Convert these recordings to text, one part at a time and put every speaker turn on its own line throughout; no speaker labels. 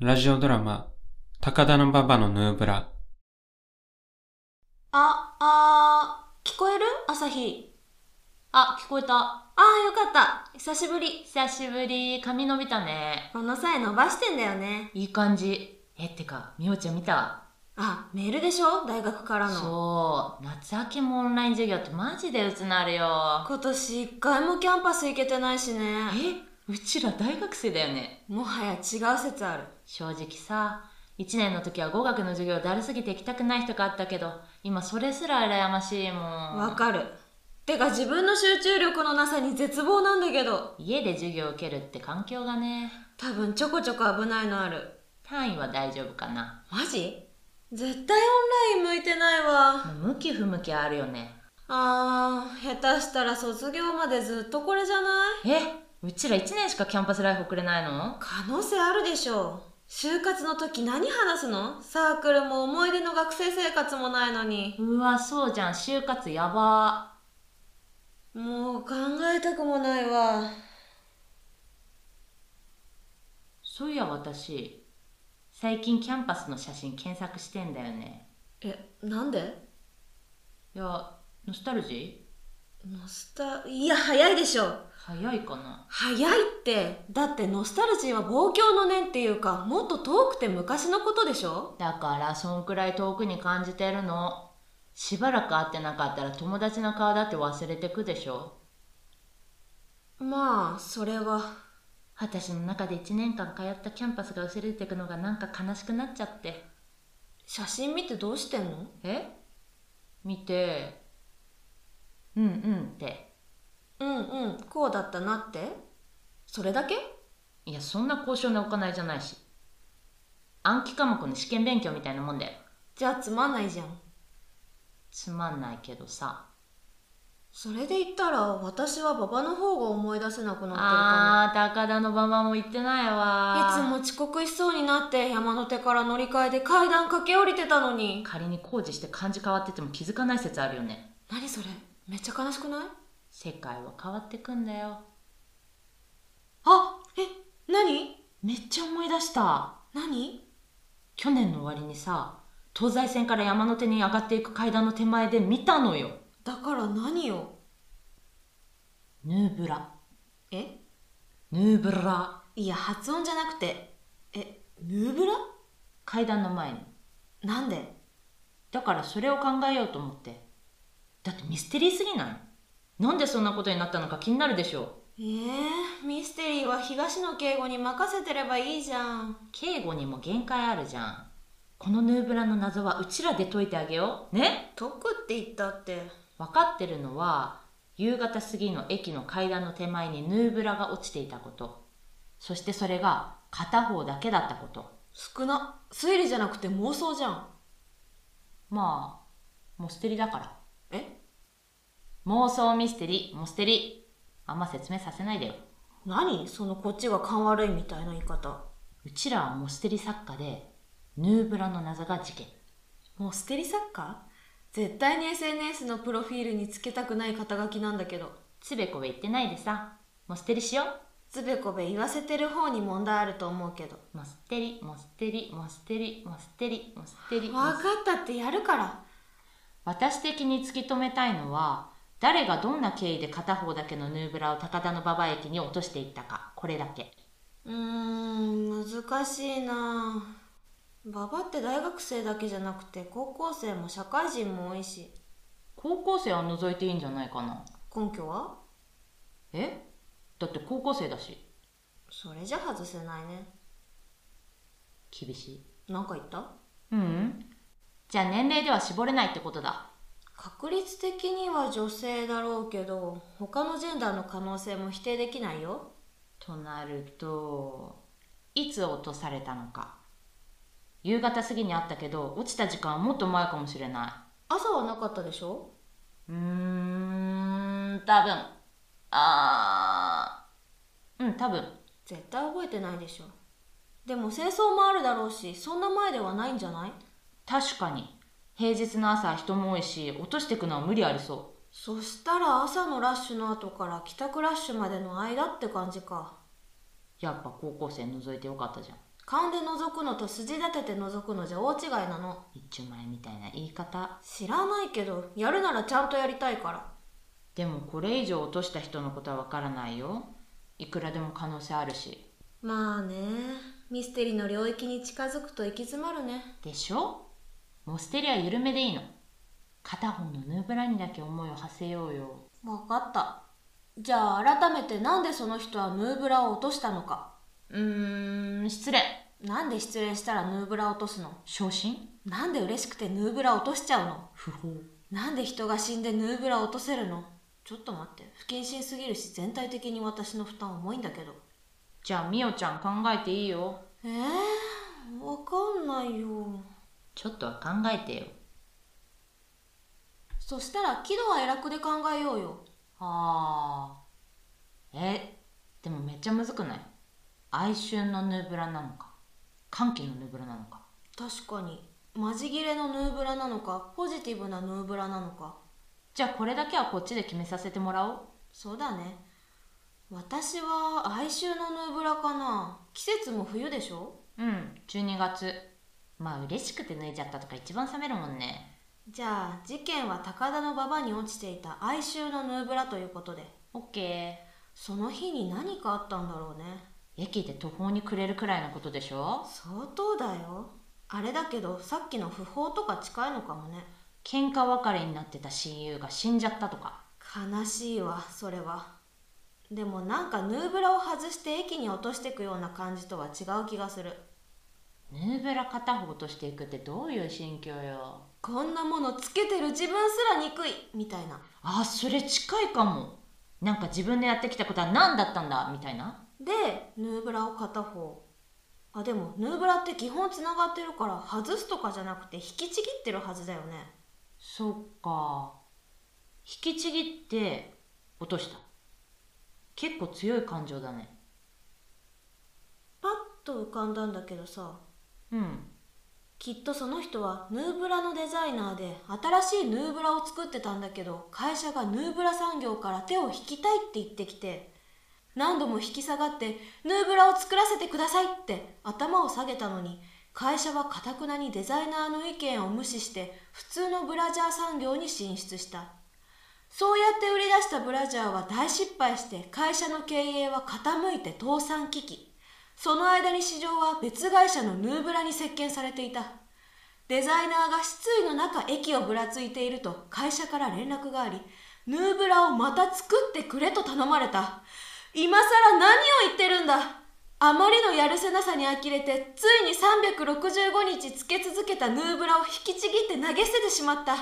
ラジオドラマ、高田の馬場のヌーブラ。
あ、あー、聞こえる朝日。あ、聞こえた。あ
ー、よかった。久しぶり。
久しぶり。髪伸びたね。
この際伸ばしてんだよね。
いい感じ。え、ってか、みおちゃん見た
あ、メールでしょ大学からの。
そう。夏明けもオンライン授業ってマジで鬱なるよ。
今年一回もキャンパス行けてないしね。
え、うちら大学生だよね。
もはや違う説ある。
正直さ、1年の時は語学の授業だるすぎて行きたくない人があったけど今それすら羨ましいもん
わかるてか自分の集中力のなさに絶望なんだけど
家で授業を受けるって環境がね
多分ちょこちょこ危ないのある
単位は大丈夫かな
マジ絶対オンライン向いてないわ
向き不向きあるよね
あー下手したら卒業までずっとこれじゃない
えうちら1年しかキャンパスライフ送れないの
可能性あるでしょ就活の時何話すのサークルも思い出の学生生活もないのに
うわそうじゃん就活やば
もう考えたくもないわ
そういや私最近キャンパスの写真検索してんだよね
えなんで
いやノスタルジ
ーノスタいや早いでしょ
早いかな
早いってだってノスタルジーは望郷の念っていうかもっと遠くて昔のことでしょ
だからそんくらい遠くに感じてるのしばらく会ってなかったら友達の顔だって忘れてくでしょ
まあそれは
私の中で1年間通ったキャンパスが薄れてくのがなんか悲しくなっちゃって
写真見てどうしてんの
え見てうんうんって
うんうんこうだったなってそれだけ
いやそんな交渉に置かないじゃないし暗記科目の試験勉強みたいなもんだよ
じゃあつまんないじゃん
つまんないけどさ
それで言ったら私は馬場の方が思い出せなくなってるかも
ああ高田の馬場も行ってない
い
わ
つも遅刻しそうになって山手から乗り換えで階段駆け下りてたのに
仮に工事して漢字変わってても気づかない説あるよね
何それめっちゃ悲しくない
世界は変わってくんだよ
あえ何
めっちゃ思い出した
何
去年の終わりにさ東西線から山手に上がっていく階段の手前で見たのよ
だから何よ
ヌーブラ
え
ヌーブラ
いや発音じゃなくてえヌーブラ
階段の前に
なんで
だからそれを考えようと思ってだってミステリーすぎないなんでそんなことになったのか気になるでしょう
えー、ミステリーは東野敬吾に任せてればいいじゃん
敬吾にも限界あるじゃんこのヌーブラの謎はうちらで解いてあげようね
解くって言ったって
分かってるのは夕方過ぎの駅の階段の手前にヌーブラが落ちていたことそしてそれが片方だけだったこと
少な推理じゃなくて妄想じゃん
まあもう捨てりだから
え
妄想ミステリー、モステリー。あんま説明させないでよ。
何そのこっちが勘悪いみたいな言い方。
うちらはモステリ作家で、ヌーブラの謎が事件。
モステリ作家絶対に SNS のプロフィールにつけたくない肩書きなんだけど。
つべこべ言ってないでさ、モステリしよう。
つべこべ言わせてる方に問題あると思うけど。
モステリ、モステリ、モステリ、モステリ、モステリ。
分かったってやるから。
私的に突き止めたいのは、誰がどんな経緯で片方だけのヌーブラを高田の馬場駅に落としていったかこれだけ
うーん難しいな馬場って大学生だけじゃなくて高校生も社会人も多いし
高校生は除いていいんじゃないかな
根拠は
えだって高校生だし
それじゃ外せないね
厳し
い何か言った
ううんじゃあ年齢では絞れないってことだ
確率的には女性だろうけど他のジェンダーの可能性も否定できないよ
となるといつ落とされたのか夕方過ぎにあったけど落ちた時間はもっと前かもしれない
朝はなかったでし
ょうーん多分あーうん多分
絶対覚えてないでしょでも清掃もあるだろうしそんな前ではないんじゃない
確かに平日の朝人も多いし落としてくのは無理ありそう
そしたら朝のラッシュの後から帰宅ラッシュまでの間って感じか
やっぱ高校生覗いてよかったじゃん
勘で覗くのと筋立てて覗くのじゃ大違いなの
一丁前みたいな言い方
知らないけどやるならちゃんとやりたいから
でもこれ以上落とした人のことはわからないよいくらでも可能性あるし
まあねミステリの領域に近づくと行き詰まるね
でしょモステリは緩めでいいの片方のヌーブラにだけ思いを馳せようよ
わかったじゃあ改めてなんでその人はヌーブラを落としたのか
うーん失礼
なんで失恋したらヌーブラを落とすの
昇進
なんで嬉しくてヌーブラを落としちゃうの
不法
なんで人が死んでヌーブラを落とせるのちょっと待って不謹慎すぎるし全体的に私の負担重いんだけど
じゃあみおちゃん考えていいよ
えー、わかんないよ
ちょっとは考えてよ
そしたら喜怒哀楽で考えようよ
ああえでもめっちゃむずくない哀愁のヌーブラなのか歓喜のヌーブラなのか
確かにマジ切れのヌーブラなのかポジティブなヌーブラなのか
じゃあこれだけはこっちで決めさせてもらおう
そうだね私は哀愁のヌーブラかな季節も冬でしょ
うん12月まあ嬉しくて脱いじゃったとか一番冷めるもんね
じゃあ事件は高田の馬場に落ちていた哀愁のヌーブラということで
オッケー
その日に何かあったんだろうね
駅で途方に暮れるくらいのことでしょ
相当だよあれだけどさっきの不法とか近いのかもね
喧嘩別れになってた親友が死んじゃったとか
悲しいわそれはでもなんかヌーブラを外して駅に落としていくような感じとは違う気がする
ヌーブラ片方としていくってどういう心境よ
こんなものつけてる自分すら憎いみたいな
あそれ近いかもなんか自分でやってきたことは何だったんだみたいな
でヌーブラを片方あでもヌーブラって基本つながってるから外すとかじゃなくて引きちぎってるはずだよね
そっか引きちぎって落とした結構強い感情だね
パッと浮かんだんだけどさ
うん
きっとその人はヌーブラのデザイナーで新しいヌーブラを作ってたんだけど会社がヌーブラ産業から手を引きたいって言ってきて何度も引き下がってヌーブラを作らせてくださいって頭を下げたのに会社はかたくなにデザイナーの意見を無視して普通のブラジャー産業に進出したそうやって売り出したブラジャーは大失敗して会社の経営は傾いて倒産危機その間に市場は別会社のヌーブラに席巻されていたデザイナーが失意の中駅をぶらついていると会社から連絡がありヌーブラをまた作ってくれと頼まれた今さら何を言ってるんだあまりのやるせなさに呆れてついに365日つけ続けたヌーブラを引きちぎって投げ捨ててしまった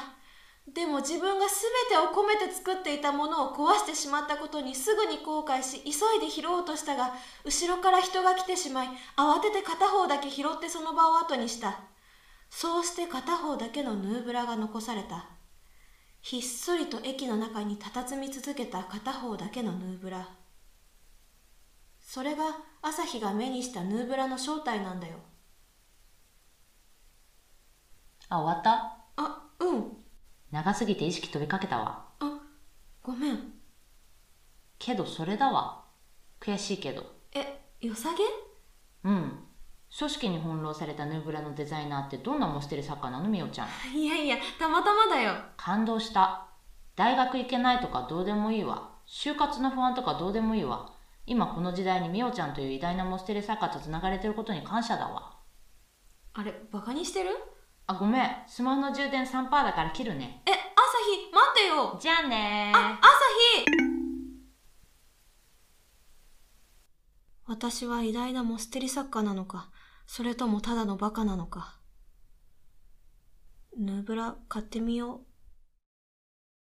でも自分が全てを込めて作っていたものを壊してしまったことにすぐに後悔し急いで拾おうとしたが後ろから人が来てしまい慌てて片方だけ拾ってその場を後にしたそうして片方だけのヌーブラが残されたひっそりと駅の中に佇み続けた片方だけのヌーブラそれが朝日が目にしたヌーブラの正体なんだよ
あ終わった
あうん
長すぎて意識飛びかけたわ
あごめん
けどそれだわ悔しいけど
え良さげ
うん組織に翻弄されたヌーブラのデザイナーってどんなモステル作家なのみおちゃん
いやいやたまたまだよ
感動した大学行けないとかどうでもいいわ就活の不安とかどうでもいいわ今この時代にみおちゃんという偉大なモステレ作家とつながれてることに感謝だわ
あれバカにしてる
あごめんスマホの充電3%だから切るね
え朝日待ってよ
じゃあねー
あ朝日私は偉大なモステリ作家なのかそれともただのバカなのかヌーブラ買ってみよう